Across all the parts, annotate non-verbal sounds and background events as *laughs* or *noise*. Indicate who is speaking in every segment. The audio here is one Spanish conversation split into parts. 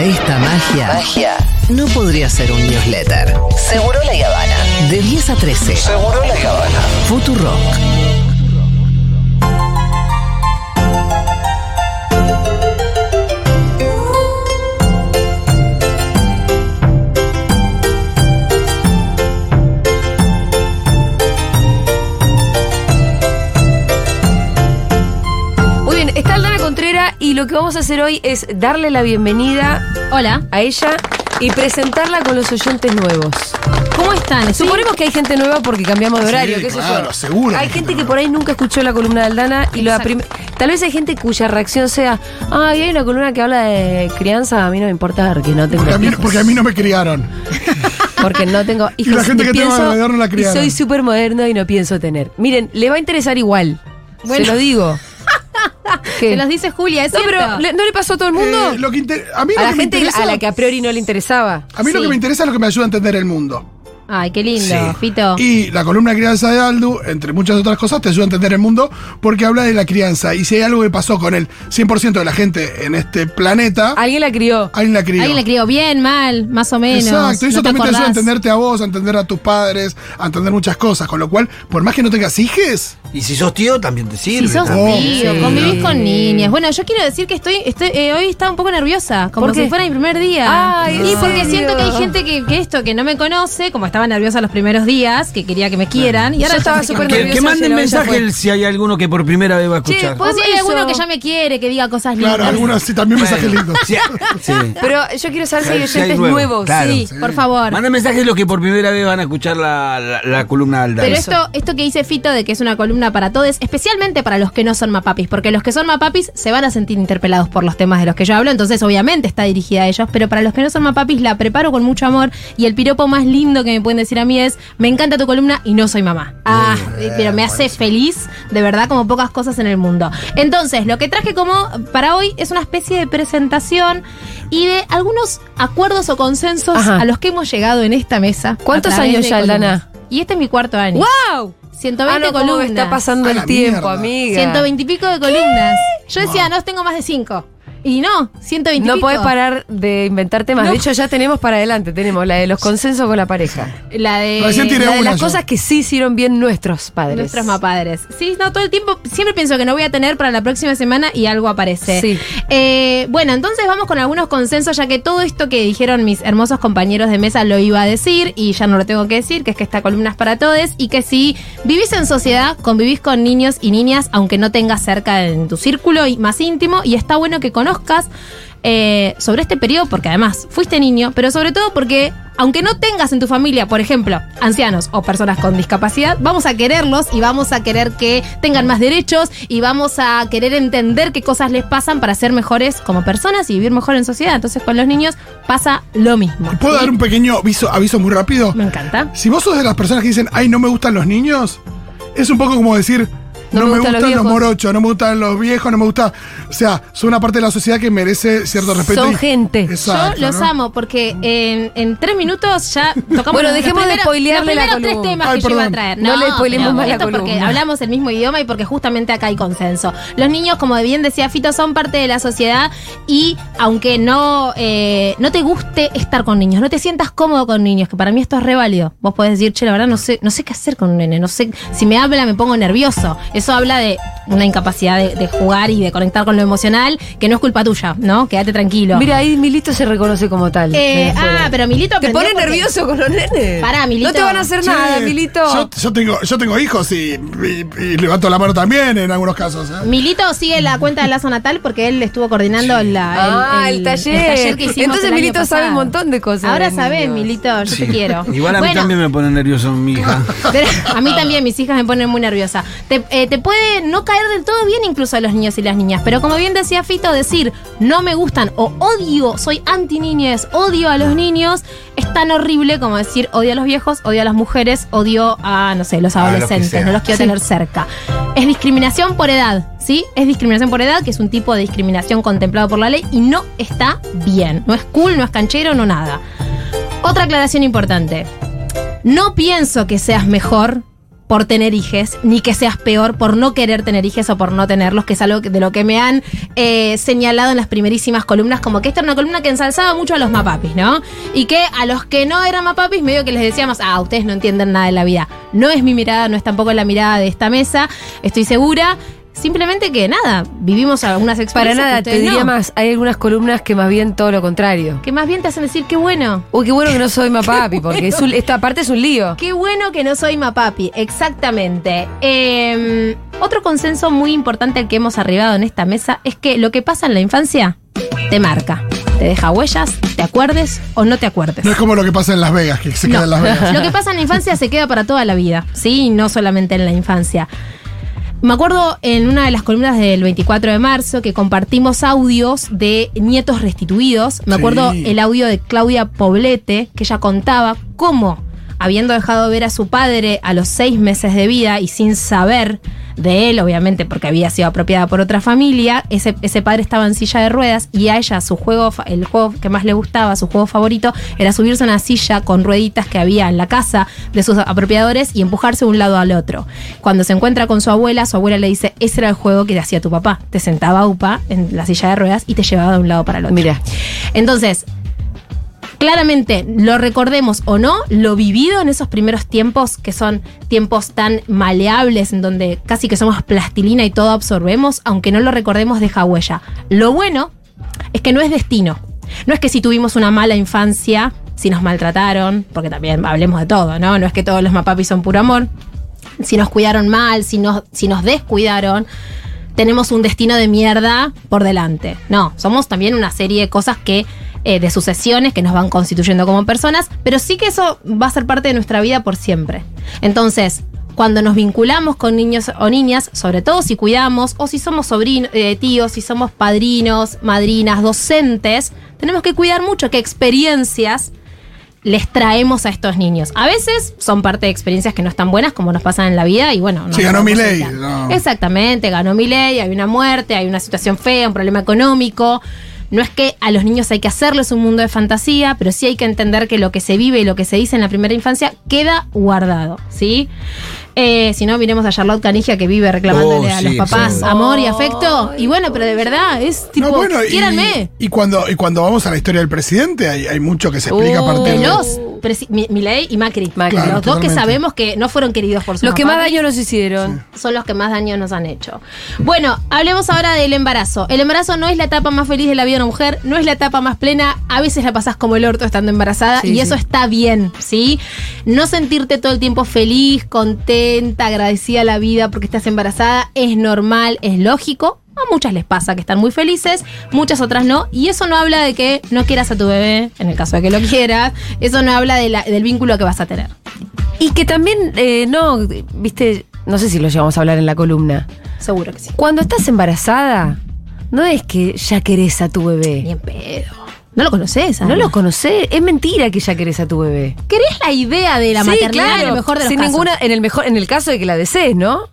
Speaker 1: Esta magia, no podría ser un newsletter.
Speaker 2: Seguro la Habana.
Speaker 1: De 10 a 13,
Speaker 2: Seguro la Habana.
Speaker 1: Futurock.
Speaker 3: Muy bien, está Aldana Contrera y lo que vamos a hacer hoy es darle la bienvenida
Speaker 4: Hola,
Speaker 3: a ella y presentarla con los oyentes nuevos.
Speaker 4: ¿cómo están? Estoy-
Speaker 3: Suponemos que hay gente nueva porque cambiamos de
Speaker 5: Sí,
Speaker 3: horario, qué sé
Speaker 5: claro,
Speaker 3: yo.
Speaker 5: seguro
Speaker 3: Hay
Speaker 5: que
Speaker 3: gente
Speaker 5: gente
Speaker 3: que por ahí nunca escuchó la columna de Aldana y lo
Speaker 4: Exacto.
Speaker 3: tal vez hay gente cuya reacción sea, ay, hay una columna que habla de crianza, a mí no me importa que no tengo
Speaker 5: Porque a,
Speaker 3: *laughs*
Speaker 5: mí,
Speaker 3: hijos".
Speaker 5: porque a mí no me criaron.
Speaker 3: Porque no tengo hijos.
Speaker 5: la gente
Speaker 3: ni
Speaker 5: que tengo alrededor no la
Speaker 3: y
Speaker 5: criaron.
Speaker 3: soy súper moderno y no pienso tener. Miren, le va a interesar igual.
Speaker 4: Bueno.
Speaker 3: Se lo
Speaker 5: *laughs*
Speaker 3: digo. ¿Qué?
Speaker 4: Te los dice Julia, es
Speaker 3: Eh. no,
Speaker 4: cierto.
Speaker 3: pero ¿le- ¿no le pasó a todo el mundo?
Speaker 5: Eh, lo que inter- a mí
Speaker 3: a
Speaker 5: lo
Speaker 3: la
Speaker 5: que me
Speaker 3: gente
Speaker 5: interesa-
Speaker 3: a la que a priori no le interesaba.
Speaker 5: a mí lo
Speaker 4: Sí.
Speaker 5: que me interesa es lo que me ayuda a entender el mundo.
Speaker 4: Ay, qué lindo, Fito.
Speaker 5: Y la columna de crianza de Aldu, entre muchas otras cosas, te ayuda a entender el mundo porque habla de la crianza. Y si hay algo que pasó con el 100% de la gente en este planeta,
Speaker 3: Alguien la crió.
Speaker 5: alguien la crió.
Speaker 4: Alguien le crió bien, mal, más o menos.
Speaker 5: Exacto, y eso
Speaker 4: no
Speaker 5: también te ayuda a
Speaker 4: acordás.
Speaker 5: entenderte a vos, a entender a tus padres, a entender muchas cosas. Con lo cual, por más que no tengas hijes,
Speaker 6: Y si sos tío, también te sirve.
Speaker 4: Si sos
Speaker 6: ¿no?
Speaker 4: tío,
Speaker 3: sí.
Speaker 4: convivís con niñas. Bueno, yo quiero decir que estoy, estoy eh, hoy estaba un poco nerviosa, como
Speaker 3: ¿Por qué?
Speaker 4: si fuera mi primer día.
Speaker 3: Ay,
Speaker 4: y
Speaker 3: ¿en
Speaker 4: porque
Speaker 3: serio?
Speaker 4: siento que hay gente que, que esto, que no me conoce, como estaba nerviosa los primeros días, que quería que me quieran. Y
Speaker 3: Yo
Speaker 4: ahora ya
Speaker 3: estaba
Speaker 4: sé
Speaker 3: súper
Speaker 4: me
Speaker 6: Que,
Speaker 3: nerviosa.
Speaker 4: quieren.
Speaker 6: que manden
Speaker 3: Pero ya fue.
Speaker 6: mensajes si hay alguno que por primera vez va a
Speaker 3: Che,
Speaker 6: escuchar.
Speaker 3: ¿puedo-
Speaker 4: Pues hay
Speaker 3: Eso.
Speaker 4: alguno que ya me quiere, que diga cosas lindas.
Speaker 5: claro, algunos sí, también
Speaker 6: Bueno,
Speaker 5: mensajes lindos.
Speaker 6: sí, ah, sí.
Speaker 3: Pero yo quiero saber si hay
Speaker 6: Sí, sí hay
Speaker 3: oyentes
Speaker 6: nuevos,
Speaker 3: nuevos.
Speaker 6: claro.
Speaker 3: sí.
Speaker 4: Por favor.
Speaker 6: Manden mensajes los que por primera vez van a escuchar la, la- la columna de Alda.
Speaker 4: Pero esto, esto que dice Fito de que es una columna para todos, especialmente para los que no son mapapis, porque los que son mapapis se van a sentir interpelados por los temas de los que yo hablo, entonces obviamente está dirigida a ellos, pero para los que no son mapapis la preparo con mucho amor y el piropo más lindo que me pueden decir a mí es, me encanta tu columna y no soy mamá. Ah, pero me hace feliz, de verdad, como pocas cosas en el mundo. Entonces, lo que traje como para hoy es una especie de presentación y de algunos acuerdos o consensos
Speaker 3: Ajá.
Speaker 4: a los que hemos llegado en esta mesa.
Speaker 3: ¿Cuántos
Speaker 4: a través
Speaker 3: años
Speaker 4: de
Speaker 3: ya,
Speaker 4: columnas.
Speaker 3: Aldana?
Speaker 4: Y este es mi cuarto año.
Speaker 3: ¡Wow!
Speaker 4: 120
Speaker 3: Ah, no, cómo
Speaker 4: columnas.
Speaker 3: me está pasando
Speaker 5: A
Speaker 3: el
Speaker 5: la
Speaker 3: tiempo,
Speaker 5: mierda.
Speaker 3: amiga.
Speaker 4: 120 y pico de columnas. Yo decía, no, tengo más de 5. Y no, 120 y
Speaker 3: No
Speaker 4: pico.
Speaker 3: podés parar de inventar temas.
Speaker 4: No.
Speaker 3: De hecho, ya tenemos para adelante. Tenemos la de los consensos con la pareja.
Speaker 4: La de
Speaker 5: Recién tiré
Speaker 3: La de
Speaker 5: una
Speaker 3: las
Speaker 5: yo.
Speaker 3: cosas que sí hicieron bien nuestros padres.
Speaker 4: nuestros mapadres. Sí, no, todo el tiempo siempre pienso que no voy a tener para la próxima semana y algo aparece.
Speaker 3: Sí.
Speaker 4: Eh, bueno, entonces vamos con algunos consensos, ya que todo esto que dijeron mis hermosos compañeros de mesa lo iba a decir y ya no lo tengo que decir, que es que esta columna es para todos y que si vivís en sociedad, convivís con niños y niñas, aunque no tengas cerca en tu círculo y- más íntimo, y está bueno que conozcas eh, sobre este periodo, porque además fuiste niño, pero sobre todo porque, aunque no tengas en tu familia, por ejemplo, ancianos o personas con discapacidad, vamos a quererlos y vamos a querer que tengan más derechos y vamos a querer entender qué cosas les pasan para ser mejores como personas y vivir mejor en sociedad. Entonces, con los niños pasa lo mismo.
Speaker 5: ¿Puedo
Speaker 4: ¿sí?
Speaker 5: dar un pequeño aviso, aviso muy rápido?
Speaker 4: Me encanta.
Speaker 5: Si vos sos de las personas que dicen, ay, no me gustan los niños, es un poco como decir,
Speaker 3: No
Speaker 5: no,
Speaker 3: me
Speaker 5: me
Speaker 3: gustan
Speaker 5: gustan,
Speaker 3: los
Speaker 5: los,
Speaker 3: viejos".
Speaker 5: morochos, no me gustan los viejos, no me gusta. O sea, son una parte de la sociedad que merece cierto respeto.
Speaker 3: Son
Speaker 5: y-
Speaker 3: gente.
Speaker 5: Exacto,
Speaker 4: Yo los
Speaker 5: ¿no?
Speaker 4: amo porque en, en tres
Speaker 3: *laughs*
Speaker 4: minutos ya tocamos
Speaker 3: Bueno,
Speaker 4: los
Speaker 3: dejemos de
Speaker 4: primeros-
Speaker 3: spoilearle
Speaker 4: los
Speaker 3: la
Speaker 4: primeros tres
Speaker 3: columna.
Speaker 4: temas
Speaker 5: Ay,
Speaker 4: que yo iba a
Speaker 5: perdón.
Speaker 4: traer.
Speaker 3: No le spoilemos
Speaker 4: pero
Speaker 3: más la
Speaker 4: esto porque
Speaker 3: columna.
Speaker 4: hablamos el mismo idioma y porque justamente acá hay consenso. Los niños, como bien decía Fito, son parte de la sociedad y aunque no, eh, no te guste estar con niños, no te sientas cómodo con niños, que para mí esto es re válido. Vos podés decir, che, la verdad no sé, no sé qué hacer con un nene, no sé, si me habla me pongo nervioso. Eso habla de una incapacidad de, de jugar y de conectar con lo emocional, que no es culpa tuya, ¿no? Quédate tranquilo.
Speaker 3: Mira, ahí Milito se reconoce como tal.
Speaker 4: Eh,
Speaker 3: Desde
Speaker 4: ah,
Speaker 3: afuera.
Speaker 4: pero Milito
Speaker 3: Te
Speaker 4: aprendió
Speaker 3: pone
Speaker 4: porque-
Speaker 3: nervioso con los nenes.
Speaker 4: Pará, Milito.
Speaker 3: No te van a hacer
Speaker 5: Sí,
Speaker 3: nada, Milito.
Speaker 5: Yo, yo tengo, yo tengo hijos y, y- y levanto la mano también en algunos casos. ¿eh?
Speaker 4: Milito sigue la cuenta de Lazo Natal porque él estuvo coordinando la,
Speaker 3: Ah, el taller.
Speaker 4: que hicimos
Speaker 3: Entonces
Speaker 4: el año
Speaker 3: Milito sabe
Speaker 4: pasado.
Speaker 3: un montón de cosas
Speaker 4: Ahora
Speaker 3: de
Speaker 4: sabes,
Speaker 3: niños.
Speaker 4: Milito, yo
Speaker 6: Sí.
Speaker 4: te quiero.
Speaker 6: *laughs* Igual a mí
Speaker 4: Bueno,
Speaker 6: también me pone nervioso mi
Speaker 3: *laughs*
Speaker 6: hija. *laughs*
Speaker 4: pero a mí también, mis hijas me ponen muy nerviosa. Te, eh, te puede no caer del todo bien incluso a los niños y las niñas, pero como bien decía Fito, decir no me gustan o odio, soy anti niñez, odio a los niños, es tan horrible como decir odio a los viejos, odio a las mujeres, odio a, no sé, los
Speaker 6: A los que
Speaker 4: adolescentes,
Speaker 6: sea.
Speaker 4: no los quiero tener cerca. Es discriminación por edad, ¿sí? Es discriminación por edad, que es un tipo de discriminación contemplado por la ley y no está bien. No es cool, no es canchero, no nada. Otra aclaración importante. No pienso que seas mejor por tener hijes, ni que seas peor por no querer tener hijes o por no tenerlos, que es algo que- de lo que me han eh, señalado en las primerísimas columnas, como que esta era una columna que ensalzaba mucho a los mapapis, ¿no? Y que a los que no eran mapapis, medio que les decíamos, ah, ustedes no entienden nada de la vida. No es mi mirada, no es tampoco la mirada de esta mesa, estoy segura. Simplemente que nada, vivimos algunas
Speaker 3: Para
Speaker 4: experiencias.
Speaker 3: nada,
Speaker 4: que
Speaker 3: te
Speaker 4: ustedes
Speaker 3: diría
Speaker 4: no.
Speaker 3: más, hay algunas columnas que más bien todo lo contrario.
Speaker 4: Que más bien te hacen decir, qué bueno,
Speaker 3: Uy, qué bueno que no soy mapapi, porque es un- esta parte es un lío.
Speaker 4: Qué bueno que no soy Mapapi, exactamente. Eh, otro consenso muy importante al que hemos arribado en esta mesa es que lo que pasa en la infancia te marca, te deja huellas, te acuerdes o no te acuerdes.
Speaker 5: No es como lo que pasa en Las Vegas, que se
Speaker 4: No.
Speaker 5: queda en
Speaker 3: *laughs*
Speaker 5: Las Vegas.
Speaker 4: Lo que pasa en la infancia se queda para toda la vida, ¿sí? Y No solamente en la infancia. Me acuerdo en una de las columnas del 24 de marzo que compartimos audios de nietos restituidos. Me acuerdo
Speaker 5: Sí.
Speaker 4: el audio de Claudia Poblete, que ella contaba cómo, habiendo dejado ver a su padre a los seis meses de vida y sin saber de él, obviamente porque había sido apropiada por otra familia, ese, ese padre estaba en silla de ruedas y a ella su juego, fa- el juego que más le gustaba, su juego favorito, era subirse a una silla con rueditas que había en la casa de sus apropiadores y empujarse de un lado al otro. Cuando se encuentra con su abuela, su abuela le dice, ese era el juego que te hacía tu papá. Te sentaba upa en la silla de ruedas y te llevaba de un lado para el otro.
Speaker 3: Mira,
Speaker 4: Entonces, claramente, lo recordemos o no, lo vivido en esos primeros tiempos, que son tiempos tan maleables, en donde casi que somos plastilina y todo absorbemos, aunque no lo recordemos, deja huella. Lo bueno es que no es destino. No es que si tuvimos una mala infancia, si nos maltrataron, porque también hablemos de todo, ¿no? No es que todos los mapapis son puro amor. Si nos cuidaron mal, si nos, si nos descuidaron, tenemos un destino de mierda por delante. No, somos también una serie de cosas que, eh, de sucesiones que nos van constituyendo como personas, pero sí que eso va a ser parte de nuestra vida por siempre. Entonces, cuando nos vinculamos con niños o niñas, sobre todo si cuidamos o si somos sobrinos, tíos, si somos padrinos, madrinas, docentes, tenemos que cuidar mucho qué experiencias les traemos a estos niños. A veces son parte de experiencias que no están buenas, como nos pasan en la vida, y bueno. no
Speaker 5: Sí, ganó
Speaker 4: podemos
Speaker 5: Milei,
Speaker 4: evitar.
Speaker 5: no.
Speaker 4: Exactamente, ganó mi ley, hay una muerte, hay una situación fea, un problema económico. No es que a los niños hay que hacerles un mundo de fantasía, pero sí hay que entender que lo que se vive y lo que se dice en la primera infancia queda guardado, ¿sí? Eh, si no, miremos a Charlotte Canigia que vive reclamándole
Speaker 6: Oh,
Speaker 4: a
Speaker 6: sí,
Speaker 4: los papás
Speaker 6: sí.
Speaker 4: amor y afecto. Y bueno, pero de verdad, es tipo,
Speaker 5: y-
Speaker 4: quiéranme.
Speaker 5: Y, cuando, y cuando vamos a la historia del presidente, hay, hay mucho que se
Speaker 3: Uh,
Speaker 5: explica a partir
Speaker 4: De
Speaker 5: de.
Speaker 4: los, presi- Mi- Milei y Macri.
Speaker 3: Macri.
Speaker 5: Claro,
Speaker 4: los dos que
Speaker 5: totalmente.
Speaker 4: sabemos que no fueron queridos por su
Speaker 3: los que más
Speaker 4: papá.
Speaker 3: daño nos hicieron.
Speaker 4: son los que más daño nos han hecho. Bueno, hablemos ahora del embarazo. El embarazo no es la etapa más feliz de la vida de una mujer, no es la etapa más plena. A veces la pasás como el orto estando embarazada
Speaker 3: Sí,
Speaker 4: y
Speaker 3: sí.
Speaker 4: eso está bien, ¿sí? No sentirte todo el tiempo feliz, contenta, agradecida a la vida porque estás embarazada es normal, es lógico. A muchas les pasa que están muy felices, muchas otras no. Y eso no habla de que no quieras a tu bebé, en el caso de que lo quieras. Eso no habla de la- del vínculo que vas a tener.
Speaker 3: Y que también, eh, no, viste, no sé si lo llevamos a hablar en la columna.
Speaker 4: Seguro que sí.
Speaker 3: Cuando estás embarazada, no es que ya querés a tu
Speaker 4: Ni
Speaker 3: bebé.
Speaker 4: en pedo. No lo conoces,
Speaker 3: No lo conocés, es mentira que ya querés a tu bebé.
Speaker 4: ¿Querés la idea de la
Speaker 3: Sí,
Speaker 4: maternidad
Speaker 3: claro,
Speaker 4: en el mejor de los
Speaker 3: sin
Speaker 4: casos?
Speaker 3: ninguna en el mejor en el caso de que la desees, ¿no?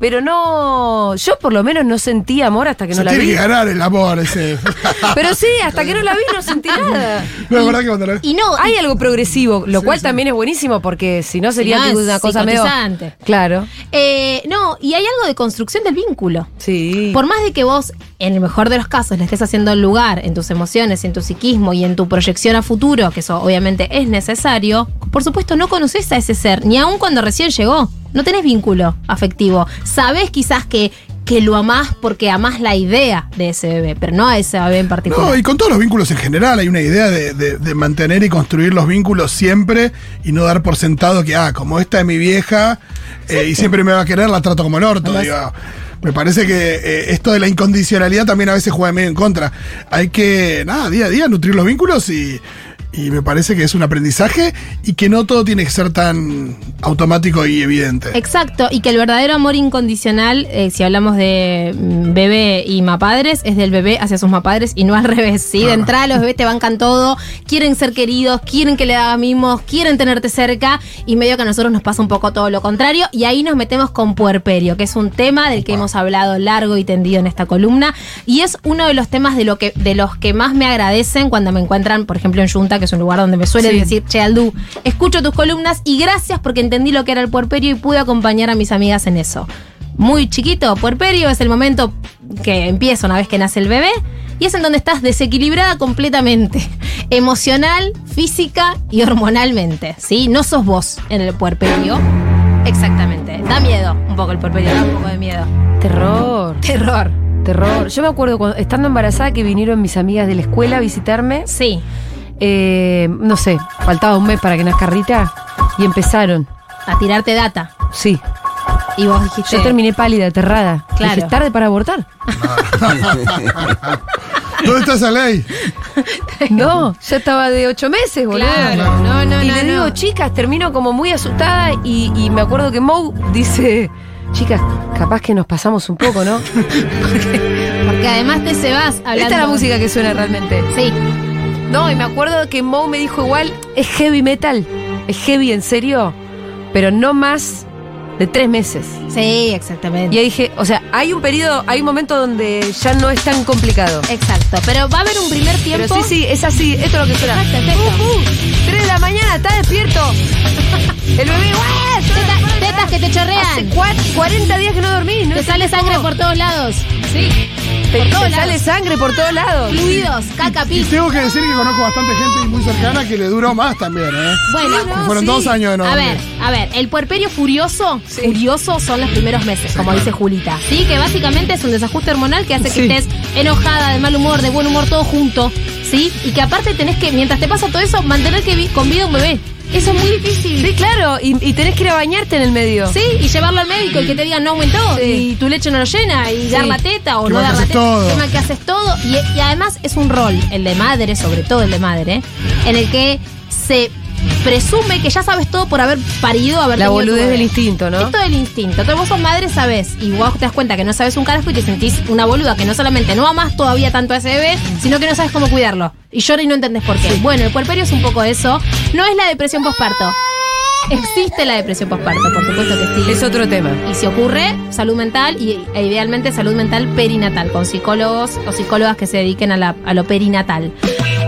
Speaker 3: Pero no, yo por lo menos no sentí amor hasta que
Speaker 5: Se
Speaker 3: no la
Speaker 5: tiene
Speaker 3: vi.
Speaker 5: que ganar el amor ese.
Speaker 3: *laughs* Pero sí, hasta que no la vi no sentí nada.
Speaker 5: no, es verdad que cuando la-
Speaker 4: Y no,
Speaker 3: Hay algo progresivo, lo cual también es buenísimo porque si no sería
Speaker 4: no,
Speaker 3: tipo
Speaker 4: es
Speaker 3: una cosa medio
Speaker 4: psicotizante.
Speaker 3: Claro.
Speaker 4: eh, no, y hay algo de construcción del vínculo.
Speaker 3: Sí.
Speaker 4: Por más de que vos, en el mejor de los casos, le estés haciendo el lugar en tus emociones, en tu psiquismo y en tu proyección a futuro, que eso obviamente es necesario, por supuesto no conoces a ese ser, ni aun cuando recién llegó. No tenés vínculo afectivo. Sabés quizás que, que lo amás porque amás la idea de ese bebé, pero no a ese bebé en particular.
Speaker 5: No, y con todos los vínculos en general hay una idea de, de- de mantener y construir los vínculos siempre y no dar por sentado que, ah, como esta es mi vieja eh, y siempre me va a querer, la trato como el orto. digo. Me parece que eh, esto de la incondicionalidad también a veces juega medio en contra. Hay que, nada, día a día nutrir los vínculos y, y me parece que es un aprendizaje y que no todo tiene que ser tan automático y evidente.
Speaker 4: Exacto, y que el verdadero amor incondicional, eh, si hablamos de mm, bebé y mapadres, es del bebé hacia sus mapadres y no al revés. ¿sí? De
Speaker 5: Claro.
Speaker 4: entrada los bebés te bancan todo, quieren ser queridos, quieren que le hagas mimos, quieren tenerte cerca y medio que a nosotros nos pasa un poco todo lo contrario y ahí nos metemos con puerperio, que es un tema del que hemos hablado largo y tendido en esta columna y es uno de los temas de, lo que, de los que más me agradecen cuando me encuentran, por ejemplo, en Junta que es un lugar donde me suele
Speaker 3: Sí.
Speaker 4: decir, che, Aldu, escucho tus columnas y gracias porque entendí lo que era el puerperio y pude acompañar a mis amigas en eso. Muy chiquito, puerperio es el momento que empieza una vez que nace el bebé y es en donde estás desequilibrada completamente, *laughs* emocional, física y hormonalmente, ¿sí? No sos vos en el puerperio. Exactamente. Da miedo un poco el puerperio, da un poco de miedo.
Speaker 3: Terror.
Speaker 4: Terror.
Speaker 3: Terror. Yo me acuerdo cuando, estando embarazada que vinieron mis amigas de la escuela a visitarme.
Speaker 4: Sí.
Speaker 3: eh, no sé, faltaba un mes para que nazca Rita y empezaron.
Speaker 4: A tirarte data.
Speaker 3: Sí.
Speaker 4: Y vos dijiste.
Speaker 3: Yo terminé pálida, aterrada.
Speaker 4: Claro.
Speaker 3: Dije, tarde para abortar.
Speaker 4: *laughs*
Speaker 5: ¿Dónde está
Speaker 4: *laughs*
Speaker 5: esa ley?
Speaker 3: No, yo estaba de ocho meses, boludo.
Speaker 4: Claro, no, no,
Speaker 3: y
Speaker 4: no,
Speaker 3: le
Speaker 4: no.
Speaker 3: digo, chicas, termino como muy asustada y, y me acuerdo que Mou dice, chicas, capaz que nos pasamos un poco,
Speaker 4: *laughs*
Speaker 3: ¿no?
Speaker 4: Porque además te se vas hablando.
Speaker 3: Esta es la música que suena realmente.
Speaker 4: Sí.
Speaker 3: No, y me acuerdo que Mou me dijo igual, es heavy metal, es heavy en serio, pero no más de tres meses.
Speaker 4: Sí,
Speaker 3: Y
Speaker 4: exactamente.
Speaker 3: ahí dije, o sea, hay un periodo, hay un momento donde ya no es tan complicado.
Speaker 4: Exacto. Pero va a haber un primer tiempo.
Speaker 3: Pero sí, sí, es así, esto es lo que suena.
Speaker 4: Exacto, es esto.
Speaker 3: Uh, uh, Tres de la mañana, está despierto. El bebé, ¡guau!
Speaker 4: Teta- tetas que te
Speaker 3: Hace
Speaker 4: chorrean.
Speaker 3: cua- 40 días que no dormís, ¿no?
Speaker 4: Te sale sangre por todos lados. Sí.
Speaker 3: Te-
Speaker 4: por todos
Speaker 3: te
Speaker 4: lados.
Speaker 3: sale sangre por todos lados.
Speaker 4: Fluidos, caca,
Speaker 5: Y
Speaker 4: pis.
Speaker 5: tengo que decir que conozco bastante gente muy cercana que le duró más también, ¿eh?
Speaker 4: Bueno,
Speaker 5: Que fueron dos años de no
Speaker 4: A
Speaker 5: dormir.
Speaker 4: ver, a ver, el puerperio furioso, furioso son los primeros meses, como dice Julita. Sí, que básicamente es un desajuste hormonal que hace
Speaker 3: Sí.
Speaker 4: que estés enojada, de mal humor, de buen humor, todo junto. Sí, y que aparte tenés que, mientras te pasa todo eso, mantener que vi- con vida un bebé. Eso es muy difícil.
Speaker 3: Sí, claro, y, y tenés que ir a bañarte en el medio.
Speaker 4: Sí, y llevarlo al médico y que te digan no aumentó
Speaker 3: Sí.
Speaker 4: y tu leche no lo llena y dar la teta o no
Speaker 5: Que mal
Speaker 4: dar
Speaker 5: que
Speaker 4: la
Speaker 5: haces
Speaker 4: teta.
Speaker 5: todo.
Speaker 4: Que mal que haces todo. Y, y además es un rol, el de madre, sobre todo el de madre, en el que se presume que ya sabes todo por haber parido, haber
Speaker 3: La
Speaker 4: tenido tu
Speaker 3: boludez
Speaker 4: bebé.
Speaker 3: del instinto, ¿no?
Speaker 4: Esto del instinto. Entonces vos sos madre, sabés. Y vos te das cuenta que no sabes un carajo y te sentís una boluda que no solamente no amás todavía tanto a ese bebé, sino que no sabes cómo cuidarlo. Y llora y no entendés por qué. Bueno, el puerperio es un poco eso. No es la depresión posparto. Existe la depresión posparto, por supuesto que sí.
Speaker 3: Es otro tema.
Speaker 4: Y si ocurre, salud mental y, e idealmente salud mental perinatal, con psicólogos o psicólogas que se dediquen a, la- a lo perinatal.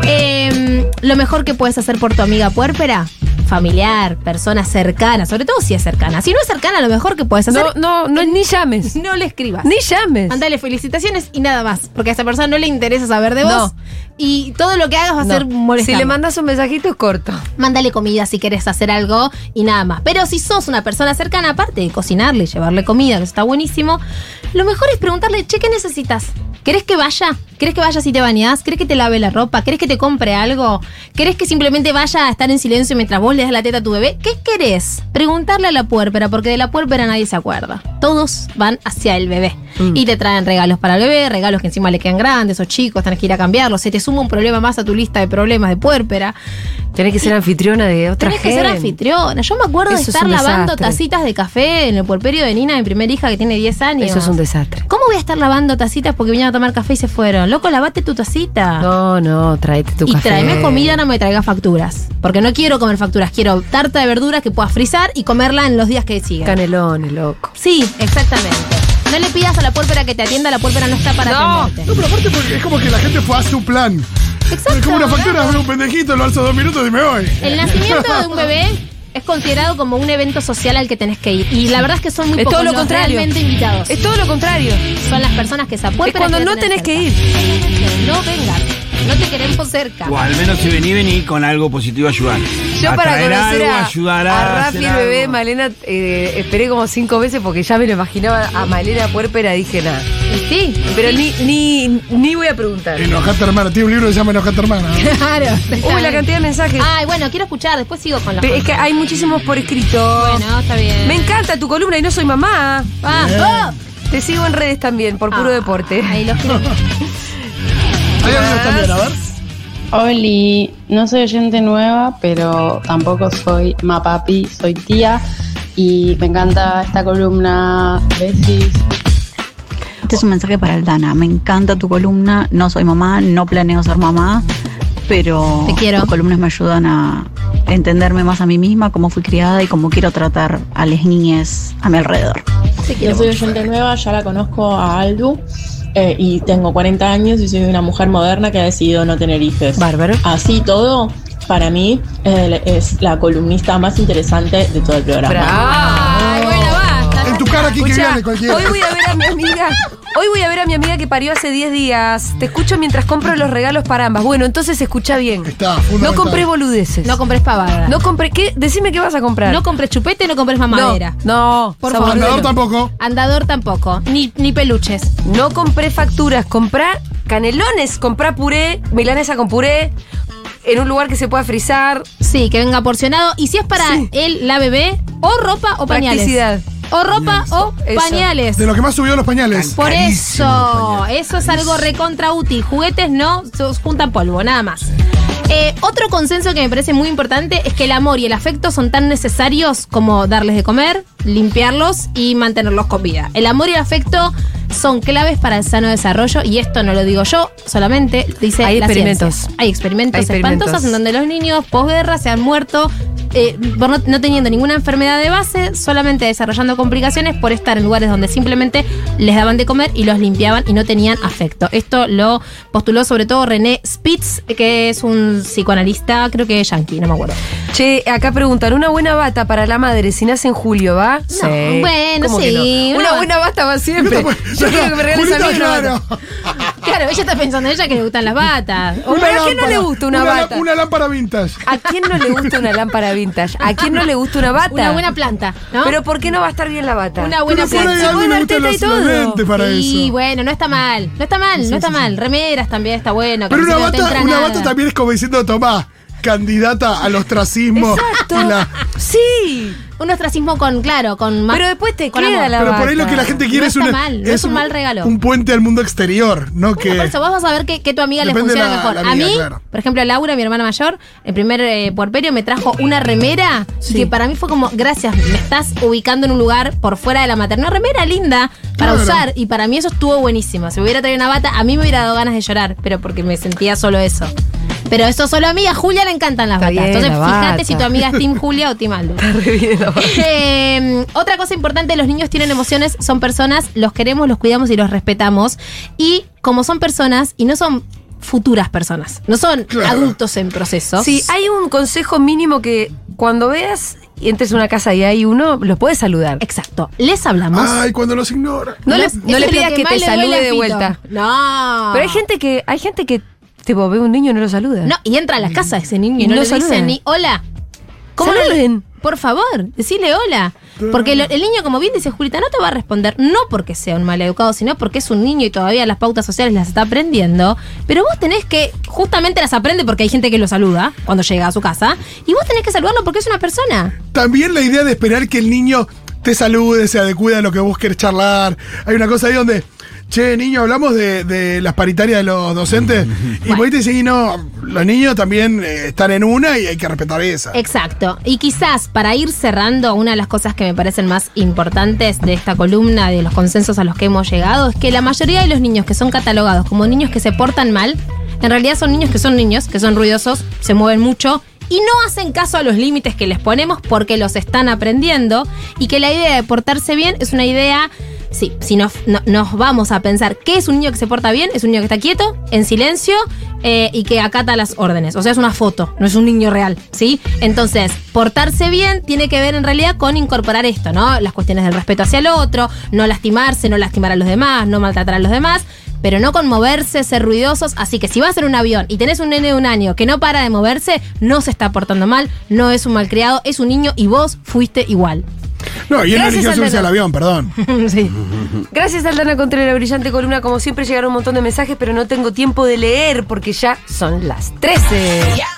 Speaker 4: Em, lo mejor que puedes hacer por tu amiga puérpera, familiar, persona cercana, sobre todo si es cercana. Si no es cercana, lo mejor que puedes hacer
Speaker 3: No, no, *laughs* no, ni llames.
Speaker 4: no le escribas.
Speaker 3: Ni llames.
Speaker 4: Mandale felicitaciones y nada más, porque a esa persona no le interesa saber de vos.
Speaker 3: No.
Speaker 4: Y todo lo que hagas va a
Speaker 3: No.
Speaker 4: ser molestante.
Speaker 3: Si le mandas un mensajito es corto.
Speaker 4: Mándale comida si quieres hacer algo y nada más. Pero si sos una persona cercana, aparte de cocinarle, llevarle comida, que eso está buenísimo, lo mejor es preguntarle, che, ¿qué necesitas? ¿Querés que vaya? ¿Querés que vaya si te bañás? ¿Querés que te lave la ropa? ¿Querés que te compre algo? ¿Querés que simplemente vaya a estar en silencio mientras vos le das la teta a tu bebé? ¿Qué querés? Preguntarle a la puérpera, porque de la puérpera nadie se acuerda. Todos van hacia el bebé. Y te traen regalos para el bebé, regalos que encima le quedan grandes o chicos, tenés que ir a cambiarlos. Se te suma un problema más a tu lista de problemas de puérpera.
Speaker 3: Tenés que ser anfitriona de otra
Speaker 4: Tenés que ser anfitriona. Yo me acuerdo
Speaker 3: Eso es
Speaker 4: de estar
Speaker 3: un
Speaker 4: lavando
Speaker 3: desastre.
Speaker 4: tacitas de café en el puerperio de Nina, mi primera hija que tiene 10 años.
Speaker 3: Eso es un desastre.
Speaker 4: ¿Cómo voy a estar lavando tacitas porque vinieron a tomar café y se fueron? Loco, lavate tu tacita.
Speaker 3: No, no, tráete tu
Speaker 4: y
Speaker 3: café.
Speaker 4: tráeme comida, no me traigas facturas. Porque no quiero comer facturas, quiero tarta de verduras que puedas frizar y comerla en los días que siguen.
Speaker 3: Canelones, loco.
Speaker 4: sí, exactamente. No le pidas a la puerpera que te atienda, la puerpera no está para
Speaker 3: No.
Speaker 5: No,
Speaker 4: atenderte.
Speaker 5: pero aparte porque es como que la gente fue a su plan.
Speaker 4: Exacto.
Speaker 5: Es como una factura, veo un pendejito, lo alzo dos minutos y me voy.
Speaker 4: El nacimiento de un bebé es considerado como un evento social al que tenés que ir. Y la verdad es que son muy
Speaker 3: Es
Speaker 4: pocos
Speaker 3: todo lo
Speaker 4: los
Speaker 3: contrario.
Speaker 4: realmente invitados.
Speaker 3: Es todo lo contrario.
Speaker 4: son las personas que se
Speaker 3: Es
Speaker 4: apuertan.
Speaker 3: cuando no tenés que ir.
Speaker 4: No vengan. No te queremos cerca.
Speaker 6: O al menos si vení, vení con algo positivo a ayudar.
Speaker 3: Yo
Speaker 6: A
Speaker 3: para
Speaker 6: traer
Speaker 3: conocer
Speaker 6: algo,
Speaker 3: a,
Speaker 6: ayudará,
Speaker 3: a Rafi
Speaker 6: hacer
Speaker 3: el bebé,
Speaker 6: algo.
Speaker 3: Malena, eh, esperé como cinco veces porque ya me lo imaginaba a Malena Puerpera, dije nada.
Speaker 4: Y sí. *laughs*
Speaker 3: Pero ni, ni, ni voy a preguntar.
Speaker 5: Enojate hermana, tiene un libro que se llama
Speaker 3: *laughs*
Speaker 5: Enojate hermana.
Speaker 4: Claro.
Speaker 3: Uy, la cantidad de mensajes.
Speaker 4: Ay, bueno, quiero escuchar. Después sigo con los.
Speaker 3: Pero es que hay muchísimos por escrito.
Speaker 4: Bueno, está bien.
Speaker 3: Me encanta tu columna y no soy mamá. Eh.
Speaker 4: Ah,
Speaker 3: Te sigo en redes también, por puro
Speaker 4: Ah,
Speaker 3: deporte.
Speaker 4: Ahí los quiero.
Speaker 3: *laughs*
Speaker 5: Hay amigos también, a ver.
Speaker 7: Oli, no soy oyente nueva, pero tampoco soy mapapi, soy tía y me encanta esta columna. Besis.
Speaker 8: Este es un mensaje para Aldana. Me encanta tu columna. No soy mamá, no planeo ser mamá, pero
Speaker 4: Te quiero.
Speaker 8: tus columnas me ayudan a entenderme más a mí misma, cómo fui criada y cómo quiero tratar a las niñas a mi alrededor.
Speaker 7: Yo soy oyente nueva, ya la conozco a Aldu eh, y tengo 40 años y soy una mujer moderna que ha decidido no tener hijos.
Speaker 3: Bárbaro.
Speaker 7: Así todo,
Speaker 9: para mí eh, es la columnista más interesante de todo el programa.
Speaker 3: Ay,
Speaker 4: bueno, basta.
Speaker 5: En tu cara, Kike
Speaker 3: Escuchá,
Speaker 5: Viale, cualquiera.
Speaker 3: Hoy voy a ver a mi amiga. Hoy voy a ver a mi amiga que parió hace 10 días. Te escucho mientras compro los regalos para ambas. Bueno, entonces escucha bien.
Speaker 5: Está,
Speaker 3: no
Speaker 5: fundamental.
Speaker 3: compré boludeces.
Speaker 4: No compres pavada.
Speaker 3: No compré. ¿Qué? Decime qué vas a comprar.
Speaker 4: No compres chupete, no compres
Speaker 3: no,
Speaker 4: mamadera.
Speaker 3: no,
Speaker 4: Por
Speaker 3: sabor
Speaker 4: favor.
Speaker 3: de
Speaker 5: Andador
Speaker 3: no.
Speaker 5: tampoco.
Speaker 4: Andador tampoco. Ni, ni peluches.
Speaker 3: No compré facturas, comprá canelones, comprá puré, milanesa con puré, en un lugar que se pueda frizar.
Speaker 4: Sí, que venga porcionado. Y si es para él, la bebé, o ropa o pañales.
Speaker 3: Practicidad.
Speaker 4: O ropa o
Speaker 3: Eso.
Speaker 4: pañales.
Speaker 5: De lo que más subió los pañales.
Speaker 4: Por
Speaker 6: Carísimo,
Speaker 4: eso,
Speaker 6: pañal,
Speaker 4: eso es algo recontra útil. Juguetes no, se os juntan polvo, nada más. Eh, otro consenso que me parece muy importante es que el amor y el afecto son tan necesarios como darles de comer, limpiarlos y mantenerlos con vida. El amor y el afecto son claves para el sano desarrollo y esto no lo digo yo solamente, lo dice
Speaker 3: Hay
Speaker 4: la
Speaker 3: experimentos.
Speaker 4: ciencia. Hay experimentos
Speaker 3: Hay experimentos.
Speaker 4: espantosos en donde los niños posguerra se han muerto eh, por no, no teniendo ninguna enfermedad de base, solamente desarrollando complicaciones por estar en lugares donde simplemente les daban de comer y los limpiaban y no tenían afecto. Esto lo postuló sobre todo René Spitz, que es un psicoanalista, creo que yankee, no
Speaker 3: *laughs*
Speaker 4: me acuerdo.
Speaker 3: Che, acá preguntan, ¿una buena bata para la madre si nace en julio, va? No,
Speaker 4: bueno,
Speaker 3: ¿Cómo que
Speaker 4: sí,
Speaker 3: no?
Speaker 4: una
Speaker 3: Una buena bata va
Speaker 5: *laughs*
Speaker 3: siempre. Yo quiero que me regales a mí
Speaker 5: pues, Julita,
Speaker 3: una bata.
Speaker 5: claro.
Speaker 4: Claro, ella está pensando en ella que le gustan las batas. O-
Speaker 3: Una- ¿Pero a quién no le gusta una
Speaker 5: lá-
Speaker 3: bata?
Speaker 5: Una lámpara vintage.
Speaker 3: ¿A quién no le gusta una lámpara vintage? ¿A quién no le gusta una bata?
Speaker 4: Una buena planta, ¿no?
Speaker 3: Pero ¿por qué no va a estar bien la bata?
Speaker 4: Una buena
Speaker 5: Pero por ahí
Speaker 4: planta.
Speaker 5: a mí
Speaker 3: buena
Speaker 5: me gustan
Speaker 3: teta y
Speaker 5: los,
Speaker 3: todo.
Speaker 5: los lentes para
Speaker 4: Sí,
Speaker 5: eso.
Speaker 4: bueno, no está mal. No está mal, no está mal. Remeras también está bueno. que
Speaker 5: Pero
Speaker 4: no
Speaker 5: una
Speaker 4: se te
Speaker 5: bata,
Speaker 4: entra
Speaker 5: una
Speaker 4: nada.
Speaker 5: bata también es como diciendo, tomá, candidata al ostracismo.
Speaker 3: Exacto.
Speaker 5: y la-
Speaker 4: *laughs*
Speaker 3: Sí.
Speaker 4: Un ostracismo con, claro, con más.
Speaker 3: Pero después te
Speaker 4: con
Speaker 3: queda
Speaker 4: amor.
Speaker 3: la
Speaker 5: pero por ahí lo
Speaker 3: bata.
Speaker 5: que la gente quiere
Speaker 4: No
Speaker 5: es,
Speaker 4: está
Speaker 5: una-
Speaker 4: mal, no es un mal regalo.
Speaker 5: Un puente al mundo exterior, no que.
Speaker 4: Bueno, por eso vos vas a ver que, que tu amiga
Speaker 5: Depende
Speaker 4: le funciona
Speaker 5: la-
Speaker 4: mejor.
Speaker 5: la
Speaker 4: a
Speaker 5: amiga,
Speaker 4: mí,
Speaker 5: claro.
Speaker 4: por ejemplo, Laura, mi hermana mayor, el primer eh, puerperio me trajo una remera
Speaker 3: Sí.
Speaker 4: que para mí fue como, gracias, me estás ubicando en un lugar por fuera de la materna. Una remera linda para
Speaker 5: Claro.
Speaker 4: usar y para mí eso estuvo buenísimo. Si me hubiera traído una bata, a mí me hubiera dado ganas de llorar, pero porque me sentía solo eso. Pero eso solo a mí, a Julia le encantan las
Speaker 3: Está
Speaker 4: batas.
Speaker 3: bien,
Speaker 4: Entonces,
Speaker 3: la
Speaker 4: fíjate
Speaker 3: bata.
Speaker 4: si tu amiga es Team Julia o Team Aldo.
Speaker 3: *laughs*
Speaker 4: Eh, otra cosa importante, los niños tienen emociones, son personas, los queremos, los cuidamos y los respetamos. Y como son personas y no son futuras personas, no son
Speaker 5: Claro.
Speaker 4: adultos en proceso.
Speaker 3: Sí, hay un consejo mínimo que cuando veas, entres a una casa y hay uno, los puedes saludar.
Speaker 4: Eh, Exacto, les hablamos.
Speaker 5: Ay, cuando los ignora.
Speaker 3: No le,
Speaker 4: Los-
Speaker 3: no
Speaker 4: eso
Speaker 3: le
Speaker 4: es lo
Speaker 3: pidas que,
Speaker 4: más
Speaker 3: te
Speaker 4: le duele
Speaker 3: salude
Speaker 4: a
Speaker 3: de
Speaker 4: Fito.
Speaker 3: vuelta.
Speaker 4: No.
Speaker 3: Pero hay gente que, hay gente que te ve un niño y no lo saluda.
Speaker 4: ah.
Speaker 3: Mm.
Speaker 4: No, y entra a la casa ese niño y no,
Speaker 3: No
Speaker 4: le
Speaker 3: saluda.
Speaker 4: dicen ni hola. ¿Cómo no le-
Speaker 3: Saluden.
Speaker 4: Por favor, decile hola. Porque lo- el niño, como bien dice Julita, no te va a responder, no porque sea un maleducado, sino porque es un niño y todavía las pautas sociales las está aprendiendo. Pero vos tenés que, justamente las aprende porque hay gente que lo saluda cuando llega a su casa. Y vos tenés que saludarlo porque es una persona.
Speaker 5: También la idea de esperar que el niño te salude, se adecue a lo que vos querés charlar. Hay una cosa ahí donde, che, niño, hablamos de, de las paritarias de los docentes. y por ahí te dicen, y no, los niños también eh, están en una y hay que respetar esa.
Speaker 4: Eh, Exacto. Y quizás para ir cerrando, una de las cosas que me parecen más importantes de esta columna, de los consensos a los que hemos llegado, es que la mayoría de los niños que son catalogados como niños que se portan mal, en realidad son niños que son niños, que son ruidosos, se mueven mucho. Y no hacen caso a los límites que les ponemos porque los están aprendiendo. Y que la idea de portarse bien es una idea Sí, si nos, no- nos vamos a pensar qué es un niño que se porta bien, es un niño que está quieto, en silencio eh, y que acata las órdenes. O sea, es una foto, no es un niño real, ¿sí? Entonces, portarse bien tiene que ver en realidad con incorporar esto, ¿no? Las cuestiones del respeto hacia el otro, no lastimarse, no lastimar a los demás, no maltratar a los demás. Pero no con moverse, ser ruidosos. Así que si vas en un avión y tenés un nene de un año que no para de moverse, no se está portando mal, no es un malcriado, es un niño y vos fuiste igual.
Speaker 5: No, y él no
Speaker 3: Gracias,
Speaker 5: eligió subirse
Speaker 3: Aldana.
Speaker 5: al avión, perdón.
Speaker 4: sí.
Speaker 3: Gracias, Aldana Contreras, brillante columna. Como siempre, llegaron un montón de mensajes, pero no tengo tiempo de leer porque ya son las 13.